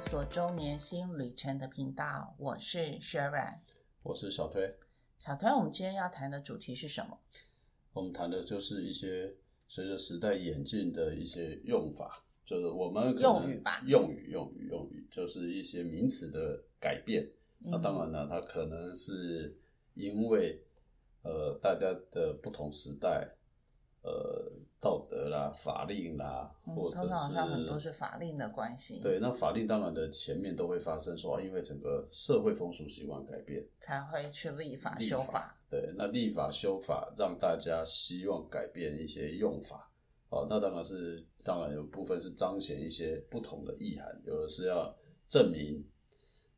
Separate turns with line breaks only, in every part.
索周年新旅程的频道，我是 Sharon。
我是小推，
小推，我们今天要谈的主题是什么？
我们谈的就是一些随着时代演进的一些用法，就是我们可能
用语吧
用语用语用语，就是一些名词的改变。
嗯
那啊当然呢，它可能是因为呃大家的不同时代，呃道德啦、法令啦，
嗯，
或者
通常好像很多是
是
法令的关系，，
对，那法令当然的前面都会发生说，啊因为整个社会风俗习惯改变，
才会去立法
立
修
法
法。
对，那立法修法让大家希望改变一些用法，哦，那当然是当然有部分是彰显一些不同的意涵，有的是要证明，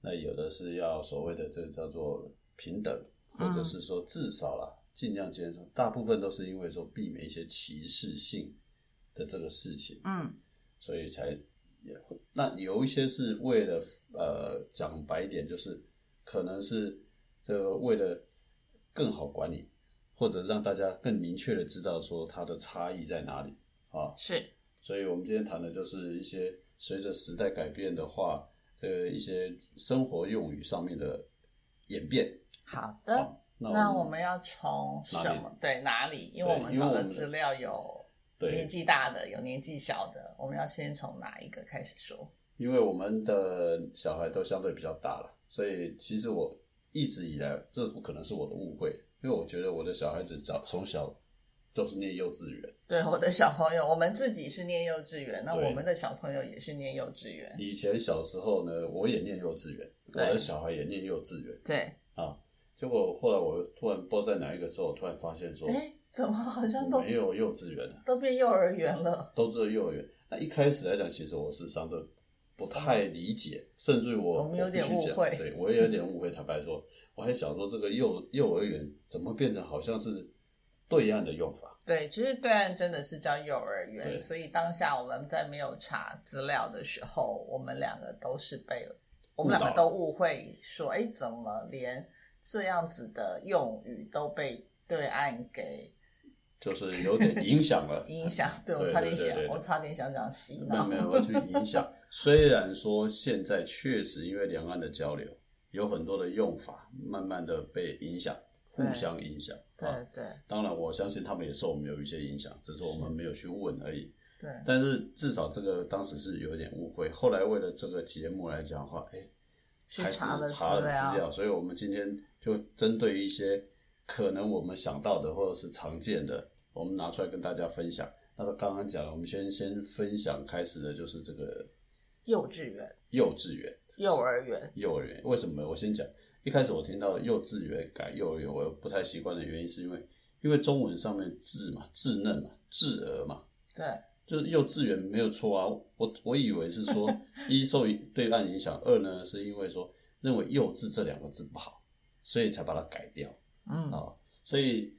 那有的是要所谓的这叫做平等，或者是说至少啦，尽量减少，大部分都是因为说避免一些歧视性的这个事情，
嗯，
所以才也会。那有一些是为了呃讲白一点，就是可能是这个为了更好管理，或者让大家更明确的知道说它的差异在哪里啊。
是，
所以我们今天谈的就是一些随着时代改变的话，这个一些生活用语上面的演变。
好的。
那
那我们要从什
哪里
么？对，哪里？因为
对
我们
因为
找
我
的
们
资料有年
对，
纪大的，有年纪小的，我们要先从哪一个开始说？
因为我们的小孩都相对比较大了，所以其实我一直以来，这可能是我的误会，因为我觉得我的小孩子早从小都是念幼稚园，
对，我的小朋友，我们自己是念幼稚园，那
对
我们的小朋友也是念幼稚园。
以前小时候呢，我也念幼稚园，我
对
的小孩也念幼稚园
对，
啊。结果后来我突然不知道在哪一个时候，突然发现说，
哎，怎么好像
我
都
没有幼稚园了，
都变幼儿园了？
都是幼儿园。那一开始来讲，其实我是相对不太理解，甚至于我
嗯我们有点
我必须讲
误会
对我也有点误会。坦白说，我还想说这个幼幼儿园怎么变成好像是对岸的用法？
对，其实对岸真的是叫幼儿园，
对
所以当下我们在没有查资料的时候，我们两个都是被我们两个
误导
都误会说，哎，怎么连这样子的用语都被对岸给。
就是有点影响了
影响？对我
对
差点
对对
想
对，对
我差点想讲洗
没有
脑
没。有会去影响。虽然说现在确实因为两岸的交流，有很多的用法慢慢的被影响，互
对
相影响。
对
啊，
对
当然我相信他们也受我们有一些影响，只是我们
是
没有去问而已。
对，
但是至少这个当时是有一点误会。后来为了这个节目来讲的话，哎，
去
开始
查了
查了
资
资
料，
料，所以我们今天就针对一些可能我们想到的或者是常见的，我们拿出来跟大家分享。那刚刚讲了，我们先先分享开始的就是这个
幼稚园、
幼稚园、
幼儿园，
幼儿园。为什么？我先讲，一开始我听到幼稚园改幼儿园，我不太习惯的原因是因为，因为中文上面稚嘛、稚嫩嘛、稚儿嘛，
对
就是幼稚园没有错啊，我我以为是 说一受对岸影响，二呢是因为说认为幼稚这两个字不好，所以才把它改掉
嗯，
啊、所以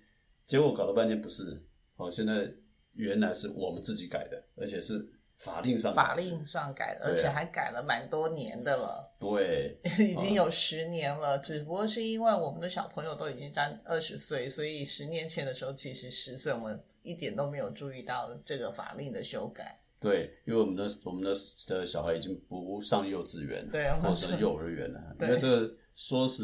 结果搞了半天不是，哦，现在原来是我们自己改的，而且是法令上改
法令上改了，
对啊
而且还改了蛮多年的了。
对
已经有十年了，只不过是因为我们的小朋友都已经占二十岁，所以十年前的时候，其实十岁我们一点都没有注意到这个法令的修改。
对，因为我们的我们的的小孩已经不上幼稚园，
对我们
或
啊是
者幼儿园了。
对
因为这个说实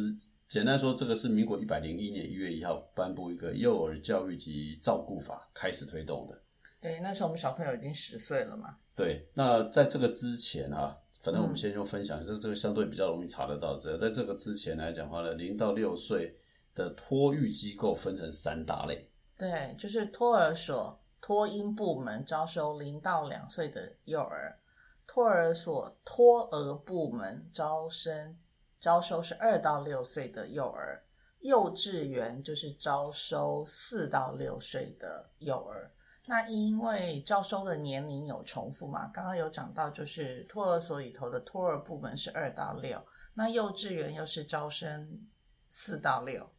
简单说，这个是民国一百零一年一月一号颁布一个幼儿教育及照顾法开始推动的。
对，那时候我们小朋友已经十岁了嘛。
对，那在这个之前啊，反正我
嗯
们先用分享，这、这个相对比较容易查得到。只要在这个之前来讲的话呢，零到六岁的托育机构分成三大类。
对，就是托儿所、托婴部门招收零到两岁的幼儿，托儿所、托儿部门招生招收是二到六岁的幼儿，幼稚园就是招收四到六岁的幼儿。那因为招收的年龄有重复嘛，刚刚有讲到，就是托儿所里头的托儿部门是二到六，那幼稚园又是招生四到六，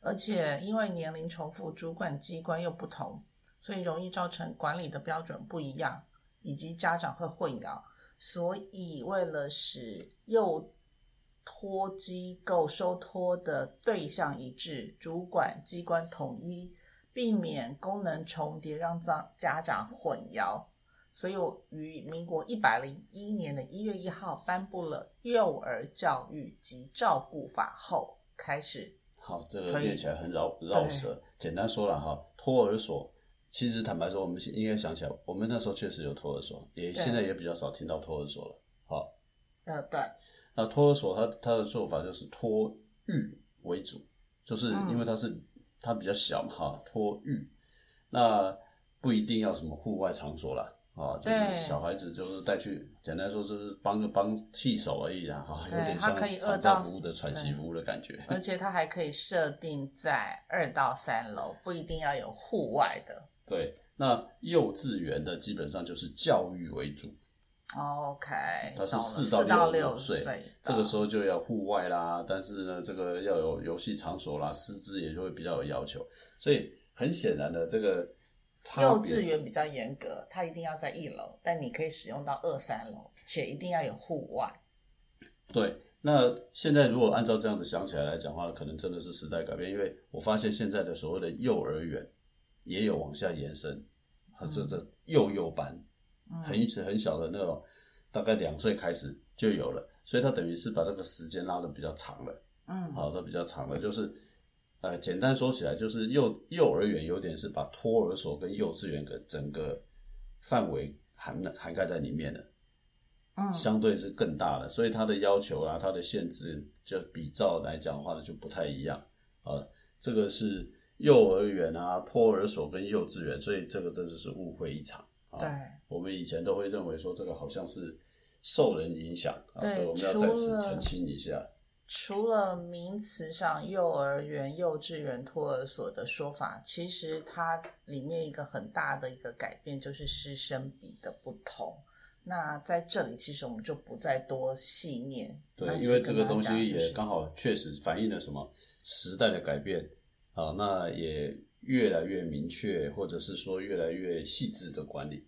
而且因为年龄重复，主管机关又不同，所以容易造成管理的标准不一样，以及家长会混淆。所以，为了使幼托机构收托的对象一致，主管机关统一，避免功能重叠，让家家长混淆，所以我于民国一百零一年的一月一号颁布了《幼儿教育及照顾法》后，开始
好，这
可
个
以
念起来很绕绕舌。简单说了哈，托儿所其实坦白说，我们应该想起来，我们那时候确实有托儿所，也
对
现在也比较少听到托儿所了。好，
呃，对，
那托儿所它它的做法就是托育为主，就是
嗯
因为它是、它比较小嘛哈，托育，那不一定要什么户外场所啦。啊，就
对
是小孩子就是带去，简单说就是帮个帮替手而已啦，哈，有
对
点
它
像
可以
长
饿
照
到
服务的喘息
对
服务的感觉。
而且它还可以设定在二到三楼，不一定要有户外的。
对，那幼稚园的基本上就是教育为主，
OK，
它是
懂了
4到
四到
六
六
岁
岁，
这个时候就要户外啦，但是呢，这个要有游戏场所啦，师资也就会比较有要求，所以很显然的，这个差别
幼稚园比较严格，它一定要在一楼，但你可以使用到二三楼，且一定要有户外。
对。那现在如果按照这样子想起来来讲的话，可能真的是时代改变，因为我发现现在的所谓的幼儿园也有往下延伸，和
嗯
这这幼幼班，很很小的那种，大概两岁开始就有了，所以它等于是把这个时间拉的比较长了。
嗯，
好的比较长了，就是呃，简单说起来，就是幼幼儿园有点是把托儿所跟幼稚园的整个范围涵涵盖在里面的，
嗯
相对是更大的，所以它的要求啦、它的限制，就比照来讲的话呢，就不太一样。呃，这个是幼儿园啊、托儿所跟幼稚园，所以这个真的是误会一场。啊
对。
我们以前都会认为说这个好像是受人影响啊，
对
这个我们要再
除
次
了
澄清一下。
除了名词上幼儿园、幼稚园、托儿所的说法，其实它里面一个很大的一个改变就是师生比的不同。那在这里，其实我们就不再多细念。那
对，
只
因
是
为这个
跟
东
大家
西
讲就
也
是
刚好确实反映了什么时代的改变啊，那也越来越明确，或者是说越来越细致的管理。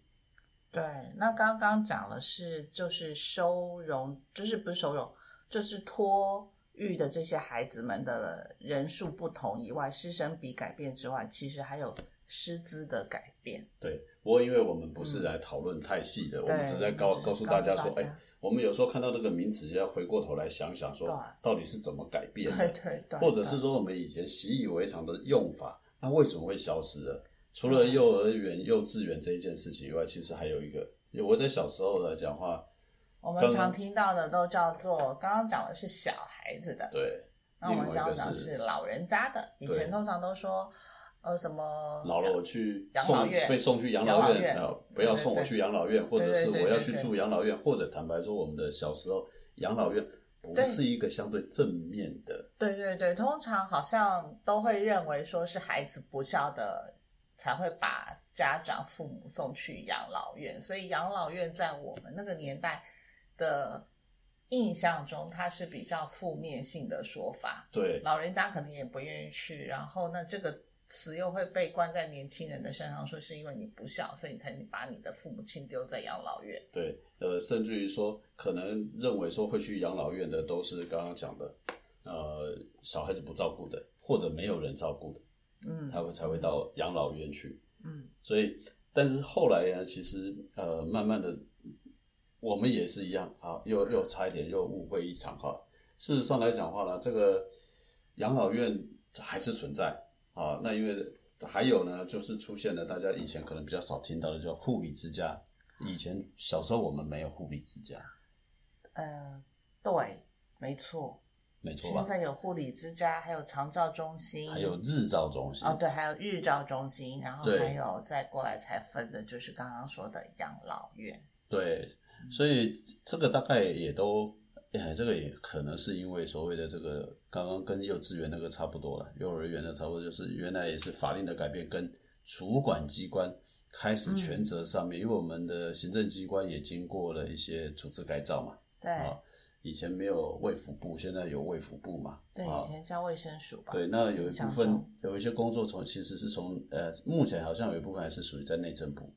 对，那刚刚讲的是就是收容，就是不是收容，就是托育的这些孩子们的人数不同以外，师生比改变之外，其实还有师资的改变。
对，不过因为我们不是来讨论太细的，我们
嗯对
只是在告
只是
告诉
告
大
诉
家
大
说，
家
哎，我们有时候看到这个名词，要回过头来想想说
对，
到底是怎么改变
对
的，
对对，
或者是
对
说我们以前习以为常的用法，那为什么会消失了？除了幼儿园、幼稚园这一件事情以外，其实还有一个，我在小时候来讲话，
我
刚
们常听到的都叫做，刚刚讲的是小孩子的，
对，
那我们
另外
刚
一
刚
个
讲的
是
是老人家的。以
对
前通常都说，呃，什么
老了我去
养
送
老院
被送去养
养老
院，
院
呃，不要
对
送我
对
去养老院，或者
对
是
对
我要
对
去
对
住养老院，或者坦白说，我们的小时候养老院不
对
是一个相对正面的，
对对对，通常好像都会认为说是孩子不孝的，才会把家长父母送去养老院。所以养老院在我们那个年代的印象中，它是比较负面性的说法，
对
老人家可能也不愿意去。然后呢，这个词又会被冠在年轻人的身上，说是因为你不孝，所以你才把你的父母亲丢在养老院。
对，呃，甚至于说，可能认为说会去养老院的都是刚刚讲的，呃，小孩子不照顾的，或者没有人照顾的，
嗯
他会才会到养老院去。
嗯，
所以，但是后来呢，其实呃，慢慢的，我们也是一样啊，又又差一点又误会一场哈。事实上来讲的话呢，这个养老院还是存在啊。那因为还有呢，就是出现了大家以前可能比较少听到的叫护理之家。以前小时候我们没有护理之家，
呃，对，没错。
没错
现
吧？
在有护理之家，还有长照中心，
还有日照中心
哦，对，还有日照中心，然后
对
还有再过来才分的就是刚刚说的养老院。
对，所以这个大概也都，哎，这个也可能是因为所谓的这个刚刚跟幼稚园那个差不多了，幼儿园的差不多就是原来也是法令的改变跟主管机关开始权责上面，因为我们的行政机关也经过了一些组织改造嘛，
对、
啊，以前没有卫福部，现在有卫福部嘛，
对，
啊
以，前叫卫生署吧。
对，那有一部
想
分
说
有一些工作从其实是从呃，目前好像有一部分还是属于在内政部，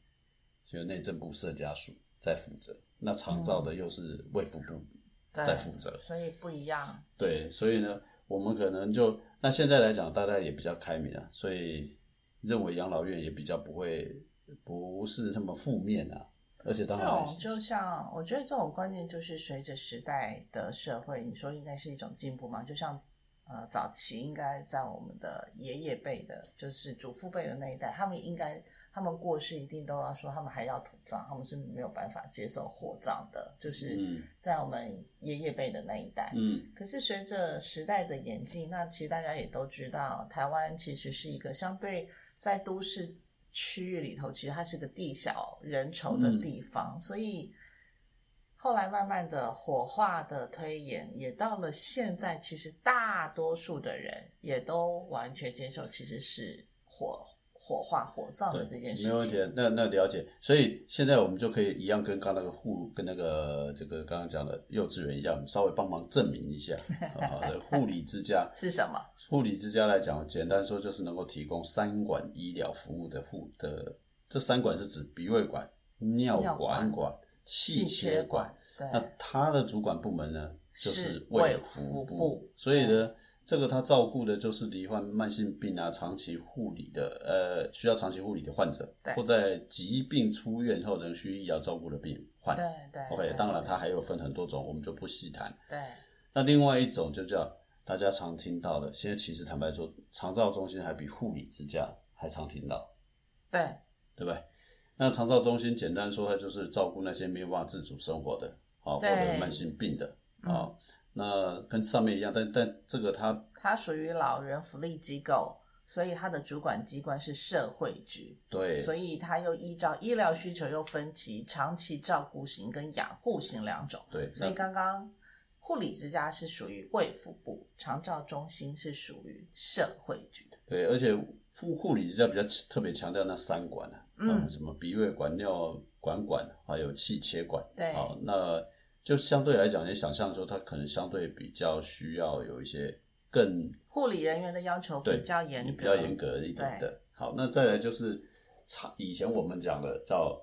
就内政部社家署在负责，那长照的又是卫福部
嗯对
在负责。
所以不一样。
对，所以呢，我们可能就那现在来讲，大家也比较开明啊，所以认为养老院也比较不会不是那么负面啊。而且它
这
还
种就像我觉得这种观念就是随着时代的社会，你说应该是一种进步嘛？就像呃，早期应该在我们的爷爷辈的，就是祖父辈的那一代，他们应该他们过世一定都要说他们还要土葬，他们是没有办法接受火葬的，就是
嗯
在我们爷爷辈的那一代。
嗯
可是随着时代的演进，那其实大家也都知道，台湾其实是一个相对在都市区域里头，其实它是个地小人稠
嗯
的地方，所以后来慢慢的火化的推演，也到了现在，其实大多数的人也都完全接受，其实是火火化火葬的哦这件事
没问
情。
题，那那了解，所以现在我们就可以一样跟刚那个护跟那个这个刚刚讲的幼稚园一样，稍微帮忙证明一下啊，这个护理之家，
是什么？
护理之家来讲，简单说就是能够提供三管医疗服务的护的，这三管是指鼻胃管、尿
尿
管
管
管、气
缺
切管。。
对，
那它的主管部门呢，就是卫
卫
福
福
部，
部嗯
所以呢，这个它照顾的就是罹患慢性病啊、长期护理的呃需要长期护理的患者，
对
或在疾病出院后仍需医疗照顾的病患。
对对。
OK，
对
当然它还有分很多种，我们就不细谈。
对
那另外一种就叫大家常听到的，现在其实坦白说，长照中心还比护理之家还常听到，
对
对不对？那长照中心简单说，它就是照顾那些没有办法自主生活的啊，或
对嗯
者慢性病的啊。那跟上面一样，但但这个它
它属于老人福利机构，所以它的主管机关是社会局，
对
所以它又依照医疗需求又分级长期照顾型跟养护型两种。
对，
所以
那
刚刚护理之家是属于卫福部，长照中心是属于社会局的。
对，而且护护理之家比较特别强调那三管啊，
嗯
啊什么鼻胃管、尿管管，还有气切管，
对
啊，那就相对来讲，你想象说，它可能相对比较需要有一些更
护理人员的要求
对
比较严格，
比较严格一点的。好，那再来就是长以前我们讲的叫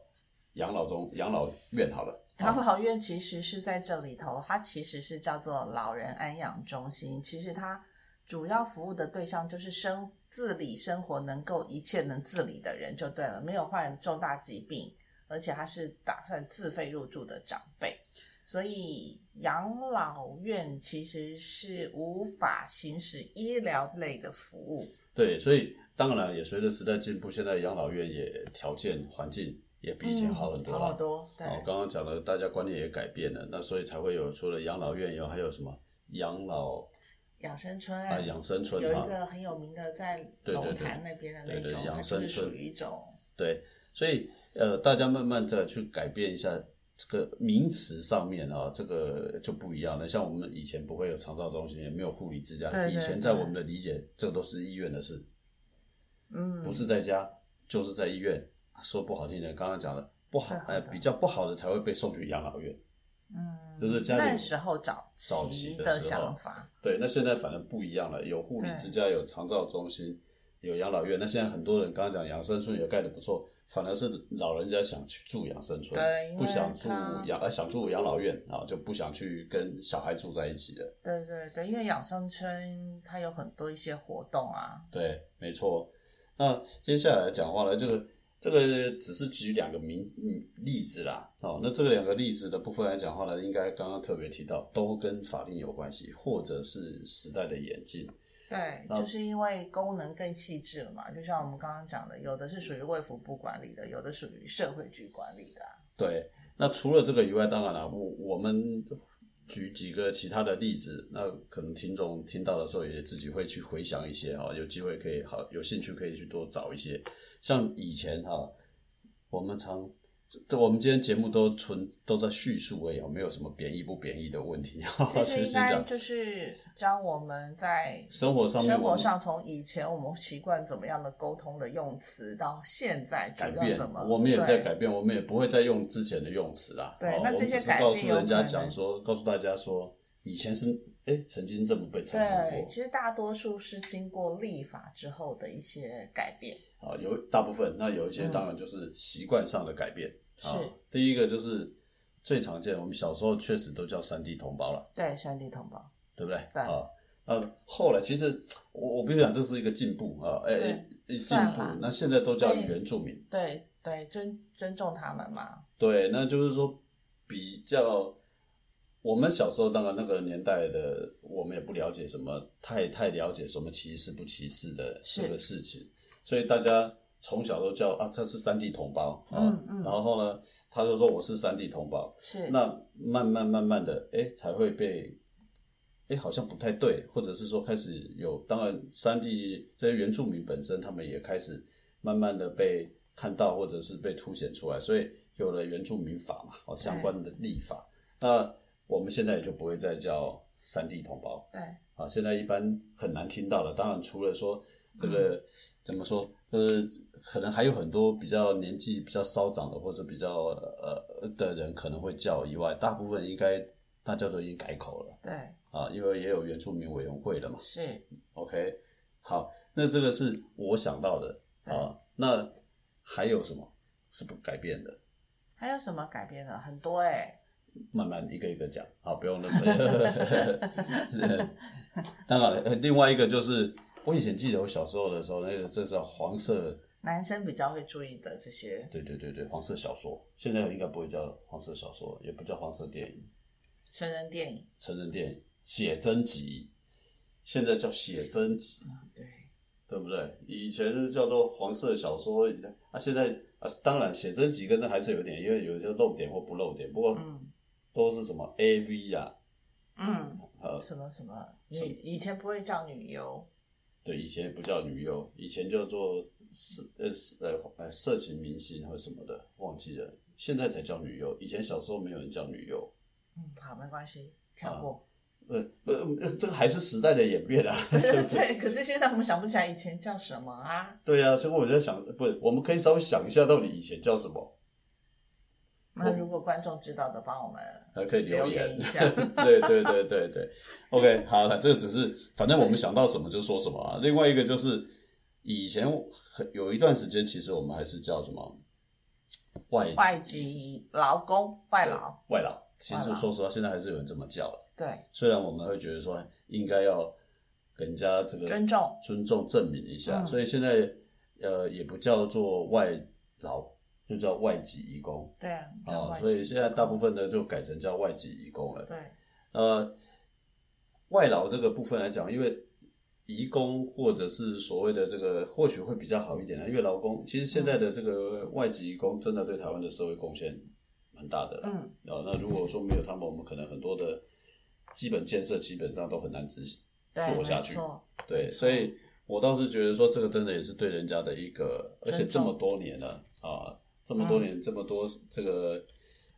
养老中养老院好了，
养老院其实是在这里头，它其实是叫做老人安养中心。其实它主要服务的对象就是生自理生活能够一切能自理的人就对了，没有患重大疾病，而且它是打算自费入住的长辈。所以养老院其实是无法行使医疗类的服务，
对，所以当然也随着时代进步，现在养老院也条件环境也比以前好很
嗯
多了。
好多，对，
哦，刚刚讲的大家观念也改变了，那所以才会有除了养老院以外，还有什么养老
养生村
啊、养生村
有一
哈，
个很有名的在
对对
龙
对
潭那边的那
对对
种，
养
它
生
就是
村
属于一种
对，所以呃，大家慢慢的去改变一下这个名词上面啊，这个就不一样了。像我们以前不会有长照中心，也没有护理之家，
对对
以前在
对
我们的理解，这都是医院的事，
嗯，
不是在家就是在医院。说不好听点，刚刚讲的不好
是，好
呃，
的
比较不好的才会被送去养老院。
嗯，
就是家里
那时候早
早期
期
的时候
想法，
对，那现在反正不一样了，有护理之家，有长照中心，有养老院。那现在很多人刚刚讲养生村也盖得不错，反而是老人家想去住养生村
对因，为
不想住
他
养呃想住养老院啊，就不想去跟小孩住在一起了。
对对对，因为养生村它有很多一些活动啊，
对，没错。那接下来讲话呢，这个这个只是举两个名嗯例子啦。哦，那这两个例子的部分来讲话呢，应该刚刚特别提到，都跟法令有关系，或者是时代的演进。
对，就是因为功能更细致了嘛，就像我们刚刚讲的，有的是属于卫福部管理的，有的属于社会局管理的啊、
对，那除了这个以外，当然了，我我们举几个其他的例子，那可能听众听到的时候也自己会去回想一些哈、有机会可以好，有兴趣可以去多找一些。像以前哈、我们常这我们今天节目都纯都在叙述而已，没有什么贬义不贬义的问题。哈哈
其实应
先先
该
讲
就是将我们在
生活上面，
生
我
活
们
上从以前我们习惯怎么样的沟通的用词，到现在主
改
要
变
怎么，，
我们也在
对
改变，我们也不会再用之前的用词啦。
对
哦
那
我
这
们
些
只是
改
告
变
诉
有
人家
可
讲
能
说，告诉大家说，以前是哎曾经这么被称呼
对，
过
其实大多数是经过立法之后的一些改变。
啊，有大部分那有一些当然就是习惯上的改变。啊
嗯是，
第一个就是最常见，我们小时候确实都叫三 D 同胞了。
对，山地同胞，
对不对？
对
啊，那后来其实我我必须讲，这是一个进步啊，哎、
对
一一进
算
步
啦。
那现在都叫
对
原住民，
对，对，尊尊重他们嘛，
对，那就是说比较，我们小时候当然那个年代的，我们也不了解什么太太了解什么歧视不歧视的
是
这个事情，所以大家从小都叫啊，他是三地同胞啊，
嗯嗯
然后呢，他就说我是三地同胞，
是，
那慢慢慢慢的，哎，才会被。哎，好像不太对，或者是说开始有，当然三地这些原住民本身，他们也开始慢慢的被看到，或者是被凸显出来，所以有了原住民法嘛，哦，相关的立法。那我们现在也就不会再叫三地同胞
对，
啊，现在一般很难听到了。当然，除了说这个、怎么说，呃，可能还有很多比较年纪比较稍长的或者比较呃的人可能会叫以外，大部分应该大家都已经改口了
对，
啊，因为也有原住民委员会了嘛。
是，
OK，好，那这个是我想到的啊。那还有什么是不改变的？
还有什么改变的？很多哎、
慢慢一个一个讲，好，不用认真。呃 当然了，呃另外一个就是我以前记得我小时候的时候，那个这是黄色，
男生比较会注意的这些，
对对对对，黄色小说，现在应该不会叫黄色小说，也不叫黄色电影，
成人电影，
成人电影写真集，现在叫写真集。
对，
对不对？以前是叫做黄色小说，以前啊，现在啊，当然写真集跟这还是有点，因为有些漏点或不漏点，不过
嗯
都是什么 A V 啊呀、
嗯，
啊，
什么什么
什
女，以前不会叫女优，
对，以前不叫女优，以前叫做色呃色呃呃色情明星或什么的，忘记了，现在才叫女优，以前小时候没有人叫女优，
嗯，好，没关系，跳过，
呃呃呃，这个还是时代的演变啊，
对
对
对
不对？
对，可是现在我们想不起来以前叫什么啊，
对呀、所以我就在想，不是，我们可以稍微想一下，到底以前叫什么，哦
那如果观众知道的，帮我们
还可以
留
留言
言一。下，
对对对对对，OK，好了，这个只是反正我们想到什么就说什么啊。另外一个就是以前很有一段时间，其实我们还是叫什么外
外籍劳工，外劳，
外劳，其
外
实
劳
说实话，现在还是有人这么叫了。
对，
虽然我们会觉得说应该要给人家这个
尊重，
尊重证明一下，
嗯
所以现在呃也不叫做外劳，就叫外籍移工
对啊，叫
啊。
外
所以
籍
现在大部分的就改成叫外籍移工了。
对，
呃，外劳这个部分来讲，因为移工或者是所谓的这个，或许会比较好一点啦。啊因为劳工其实现在的这个外籍移工，真的对台湾的社会贡献蛮大的啦。
嗯，
哦，那如果说没有他们，我们可能很多的基本建设基本上都很难执行。
对，
做下
没
去
错，
对，
没错
所以我倒是觉得说，这个真的也是对人家的一个，而
尊重
且这么多年了啊，这么多年、
嗯
这么多这个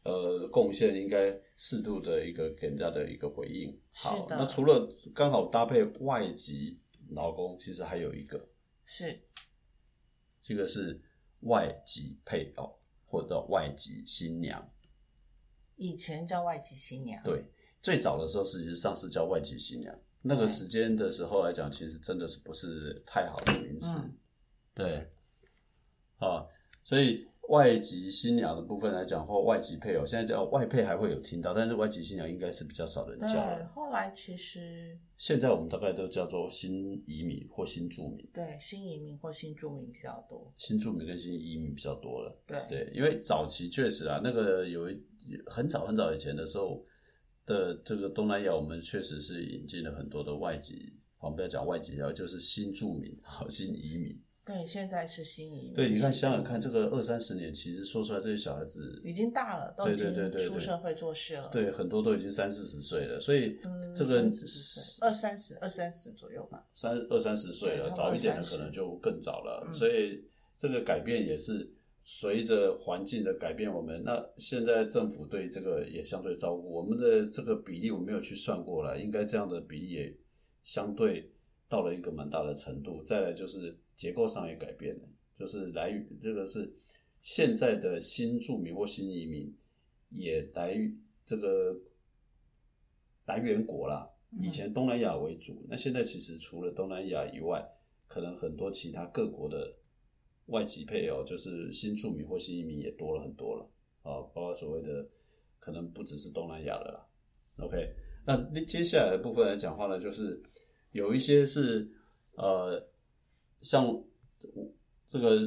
呃贡献，应该适度的一个给人家的一个回应。好
是，的
那除了刚好搭配外籍劳工，其实还有一个，
是，
这个是外籍配偶或者外籍新娘。
以前叫外籍新娘，
对，最早的时候实际上是叫外籍新娘，那个时间的时候来讲，其实真的是不是太好的名词。
嗯
对，啊，所以外籍新娘的部分来讲，或外籍配偶，现在叫外配还会有听到，但是外籍新娘应该是比较少人叫
对，
了。
后来其实
现在我们大概都叫做新移民或新住民，
对新移民或新住民比较多，
新住民跟新移民比较多了。
对
对，因为早期确实啊，那个有一很早很早以前的时候的这个东南亚，我们确实是引进了很多的外籍，我们不要讲外籍啊，就是新住民、好新移民。
对，现在是新移民，
对，你看
是
想想看，这个二三十年，其实说出来这些小孩子，
已经大了，都已
对对对
经
对对
出社会做事了，
对，很多都已经三四十岁了，所以
嗯，
这个
30岁二三十二三十左右吧，
三二三十岁了，
对
早一点的
二三
可
十
能就更早了，
嗯
所以这个改变也是随着环境的改变，我们那现在政府对这个也相对照顾，我们的这个比例我没有去算过了，应该这样的比例也相对到了一个蛮大的程度。再来就是结构上也改变了，就是来源这个是现在的新住民或新移民也来源这个来源国啦，以前东南亚为主，那现在其实除了东南亚以外，可能很多其他各国的外籍配偶，就是新住民或新移民也多了很多了啊，包括所谓的可能不只是东南亚了啦。OK，那接下来的部分来讲话呢，就是有一些是呃，像这个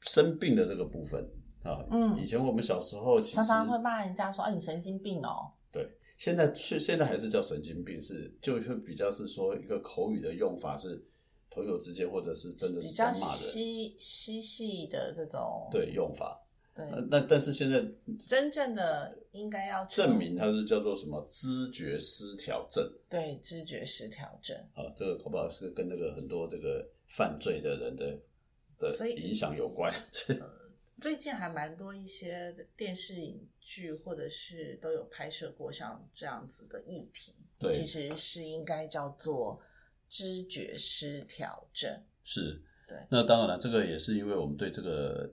生病的这个部分啊。
嗯
以前我们小时候其实
常常会骂人家说：“哎，你神经病哦
对，现在是现在还是叫神经病，是就会比较是说一个口语的用法是朋友之间或者是！”真的
比
是在
较
骂人，
嬉嬉戏的这种，
对用法。
对
呃那但是现在
真正的应该要从
证明它是叫做什么知觉失调症
对知觉失调症，
啊，这个搞不好是跟那个很多这个犯罪的人的
所
的
以
影响有关。
最近还蛮多一些电视影剧或者是都有拍摄过像这样子的议题，
对
其实是应该叫做知觉失调症。
是，
对
那当然了，这个也是因为我们对这个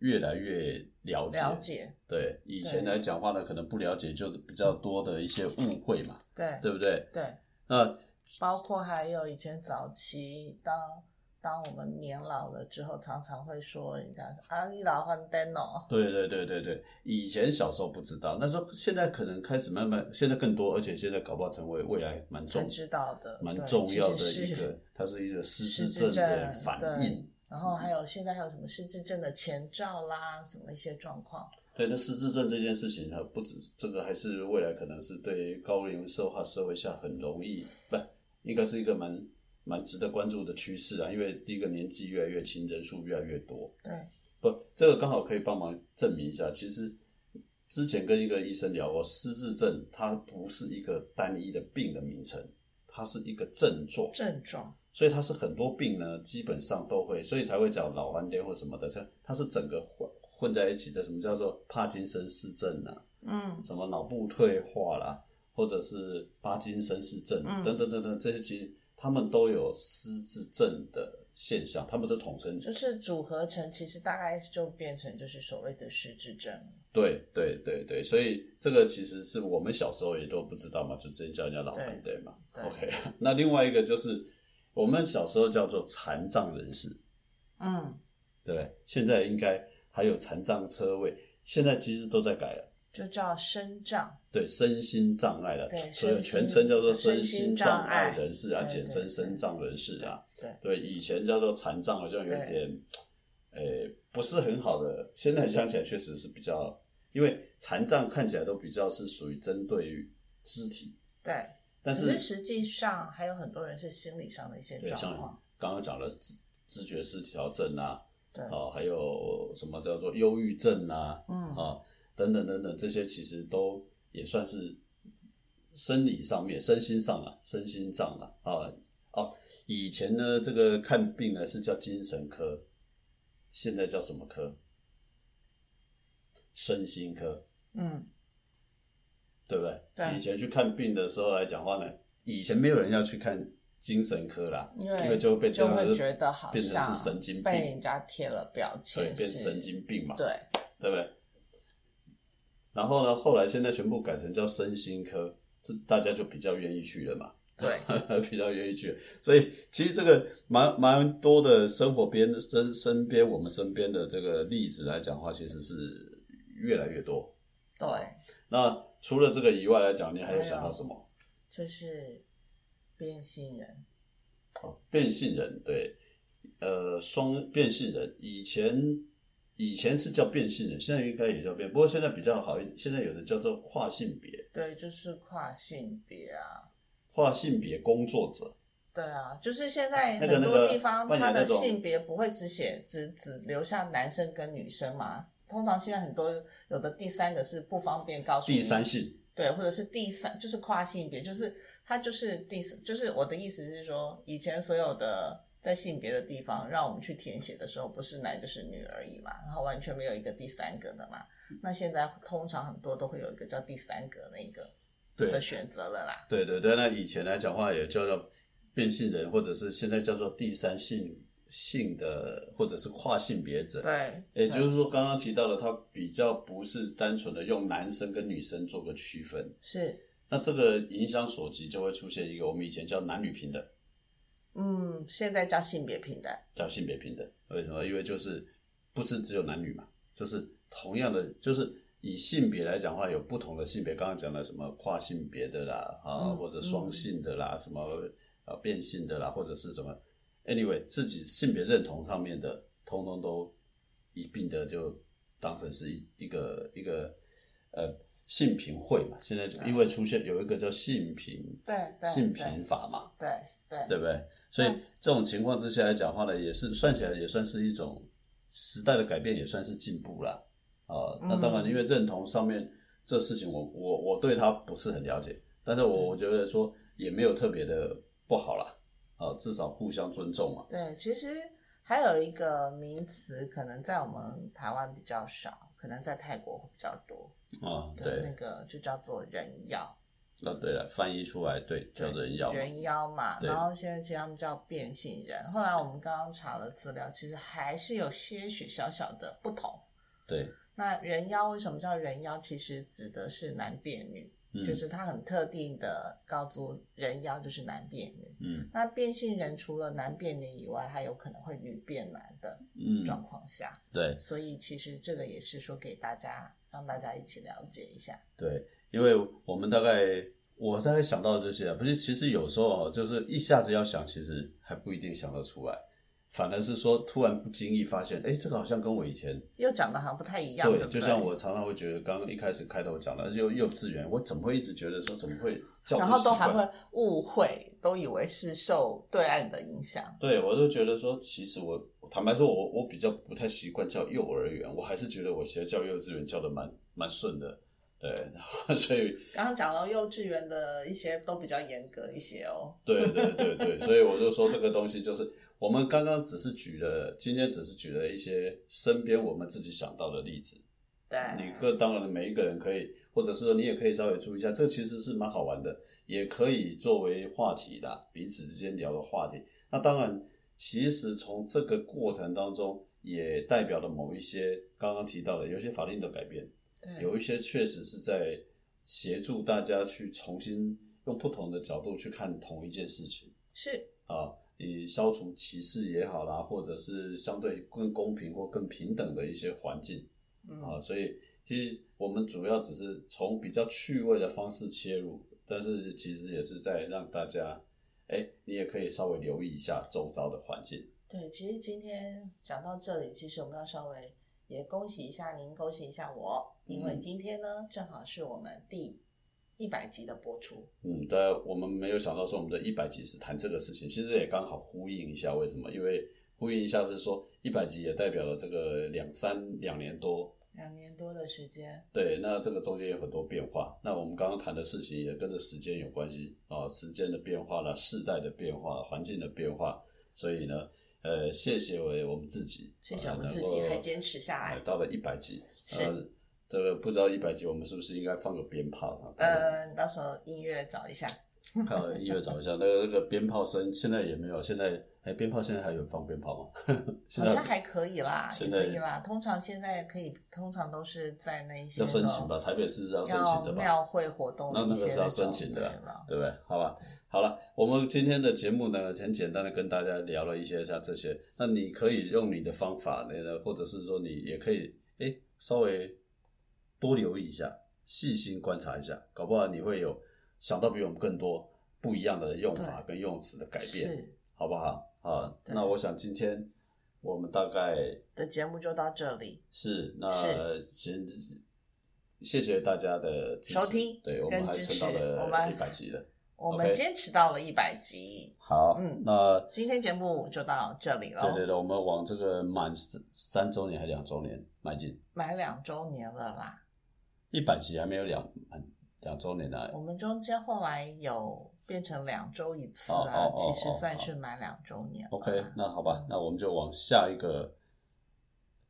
越来越了解。
了解，
对，以前
对
来讲话呢，可能不了解，就比较多的一些误会嘛，
对
对不对？
对，
那
包括还有以前早期当。当我们年老了之后，常常会说人家啊，你老换灯哦，
对对对对对，以前小时候不知道，那时候现在可能开始慢慢，现在更多，而且现在搞不好成为未来蛮
才
重
知道的，
蛮
对
重
其
要
实
的一
是
个，它是一个失
失
智
智
症的
症
反
对
应。
然后还有现在还有什么失智症的前兆啦，什么一些状况，
对，那失智症这件事情，它不只是这个，还是未来可能是对高龄社化社会下很容易，不应该是一个蛮蛮值得关注的趋势啊。因为第一个年纪越来越轻，人数越来越多，
对
不，这个刚好可以帮忙证明一下。其实之前跟一个医生聊过，失智症它不是一个单一的病的名称，它是一个症状，
症状，
所以它是很多病呢，基本上都会，所以才会讲老顽癫或什么的，这它是整个混混在一起的。什么叫做帕金森氏症啊？
嗯，
什么脑部退化啦，或者是帕金森氏症、
嗯
等等等等，这些其实他们都有失智症的现象，他们都统称
就是组合成，其实大概就变成就是所谓的失智症，
对对对对，所以这个其实是我们小时候也都不知道嘛，就直接叫人家老顽
对
对嘛。
对
OK，那 另外一个就是我们小时候叫做残障人士，
嗯，
对不对？现在应该还有残障车位，现在其实都在改了。
就叫身障，
对身心障碍了，
对
所以
身心
全称叫做
身
身
心
心
障
障碍
碍
人士啊，
对
简
对
称
对
身障人士啊。
对，
对，以前叫做残障，好像有点，诶、不是很好的。现在想起来，确实是比较，因为残障看起来都比较是属于针对于肢体，
对，
但
可
是
是实际上还有很多人是心理上的一些
对像
状况，
刚刚讲的知知觉失调症啊，
对，
哦，还有什么叫做忧郁症啊，
嗯，
啊，等等等等，这些其实都也算是生理上面、身心上啊、身心上啊，啊哦，以前呢，这个看病呢是叫精神科，现在叫什么科？身心科，
嗯，
对不对？
对
以前去看病的时候来讲话呢，以前没有人要去看精神科啦，
因为
因为就会被
就
认为
会
是
觉得好
变成
像
是神经
被
病
人，家贴了标
对，
签，
变神，经病嘛，
对，
对不对？然后呢，后来现在全部改成叫身心科，这大家就比较愿意去了嘛，
对，
比较愿意去。所以其实这个蛮蛮多的生活边身身边我们身边的这个例子来讲的话，其实是越来越多。
对，
那除了这个以外来讲，你还有想到什么？
就是变性人。
哦，变性人对，呃，双变性人以前。以前是叫变性人，现在应该也叫变，不过现在比较好一点，现在有的叫做跨性别，
对，就是跨性别啊，
跨性别工作者，
对啊，就是现在
那个
很
那
多
个
地方
扮演
他的
那种
性别不会只写只只留下男生跟女生嘛，通常现在很多有的第三个是不方便告诉你
第三性，
对，或者是第三就是跨性别，就是他就是第四，就是我的意思是说，以前所有的在性别的地方，让我们去填写的时候，不是男就是女而已嘛，然后完全没有一个第三个的嘛，那现在通常很多都会有一个叫第三个那个
对
的选择了啦，
对对对。那以前来讲话也叫做变性人，或者是现在叫做第三性性的，或者是跨性别者。
对，对
也就是说，刚刚提到了，它比较不是单纯的用男生跟女生做个区分，
是。
那这个影响所及就会出现一个我们以前叫男女平等，
嗯，现在叫性别平等，
叫性别平等。为什么？因为就是不是只有男女嘛，就是同样的，就是以性别来讲的话，有不同的性别。刚刚讲了什么跨性别的啦，啊，
嗯
或者双性的啦，什么啊变性的啦，或者是什么，anyway，自己性别认同上面的，通通都一并的就当成是一一个一个呃性平会嘛。现在就因为出现有一个叫性平
对对
性
对
平法嘛，
对对
对不对？所以
嗯
这种情况之下来讲话呢，也是算起来也算是一种时代的改变，也算是进步啦。啊、那当然，
嗯
因为认同上面这事情我，我我对他不是很了解，但是我我觉得说也没有特别的不好啦。啊、至少互相尊重嘛。
对，其实还有一个名词，可能在我们台湾比较少，可能在泰国会比较多。
啊、
对，那
对，
个就叫做人妖，
那对了，翻译出来对叫人妖嘛。
人妖嘛。
对
然后现在其实他们叫变性人。后来我们刚刚查了资料，其实还是有些许小小的不同。
对，
那人妖为什么叫人妖？其实指的是男变女，
嗯
就是他很特定的告诉人妖就是男变女。
嗯
那变性人除了男变女以外，还有可能会女变男的状
嗯，
况下，
对
所以其实这个也是说给大家让大家一起了解一下。
对，因为我们大概我大概想到这些啊，不是，其实有时候哦就是一下子要想，其实还不一定想得出来，反而是说突然不经意发现，哎，这个好像跟我以前
又长得好像不太一样，对
对
不，对
就像我常常会觉得，刚刚一开始开头讲的，幼幼稚园，我怎么会一直觉得说怎么会叫
然后都还
习惯
会误会，都以为是受对岸的影响。
对，我都觉得说，其实我坦白说我，我比较不太习惯叫幼儿园，我还是觉得我其实叫幼稚园叫的蛮蛮顺的，对，然后所以
刚刚讲到幼稚园的一些都比较严格一些哦，
对对对对，所以我就说这个东西就是我们刚刚只是举了，今天只是举了一些身边我们自己想到的例子，
对，
你个当然每一个人可以，或者是说你也可以稍微注意一下，这其实是蛮好玩的，也可以作为话题的，彼此之间聊的话题。那当然，其实从这个过程当中，也代表了某一些刚刚提到的，有一些法令的改变，
对
有一些确实是在协助大家去重新用不同的角度去看同一件事情。
是
啊，以消除歧视也好啦，或者是相对更公平或更平等的一些环境
嗯
啊，所以其实我们主要只是从比较趣味的方式切入，但是其实也是在让大家，哎，你也可以稍微留意一下周遭的环境。
对。其实今天讲到这里，其实我们要稍微也恭喜一下您，恭喜一下我，因为
嗯
今天呢，正好是我们第一百集的播出。
嗯，但我们没有想到说我们的一百集是谈这个事情，其实也刚好呼应一下，为什么？因为呼应一下是说一百集也代表了这个两三两年多
两年多的时间，
对，那这个中间有很多变化。那我们刚刚谈的事情也跟着时间有关系啊，时间的变化啦，世代的变化，环境的变化。所以呢，呃，谢谢我我们自己，
谢谢我们
呃
自
能
己
够
还坚持下
哎
来。
到了一百集，
是
呃，这个不知道一百集我们是不是应该放个鞭炮啊？
呃，到时候音乐找一下。
看我音乐找一下，那个那个鞭炮声现在也没有，现在哎，鞭炮现在还有人放鞭炮吗？ 现
好
在
像还可以啦，也
现在
可以啦。通常现在可以，通常都是在那一些
要申请吧，台北市是要申请的
要
吧？
庙会活动
那
一
那
些
个是要申
种
请的
对啦，
对不对？好吧，好了，我们今天的节目呢，很简单的跟大家聊了一些像这些，那你可以用你的方法呢，或者是说你也可以，诶，稍微多留意一下，细心观察一下，搞不好你会有想到比我们更多不一样的用法跟用词的改变，
是
好不好？好，
对
那我想今天我们大概
的节目就到这里，
是，那
是
先谢谢大家的支持
收听
对我
跟
们还
支
撑
持
到
我
了一
们嗯
百集了。
我们
OK
坚持到了一百集，
好，
嗯
那
今天节目就到这里
对对
了，
对，我们往这个满三三周年还两周年迈进，
满两周年了啦。
一百集还没有两满两周年呢、
我们中间后来有变成两周一次
哦
啊
哦，哦
其实
哦
算
哦
是满两周年了
OK，
啦
那好吧，那我们就往下一个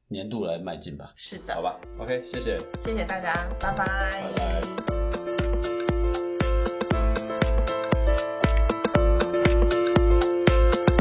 年度来迈进吧，
是的
好，吧？OK，谢谢。
谢谢大家，拜拜
拜拜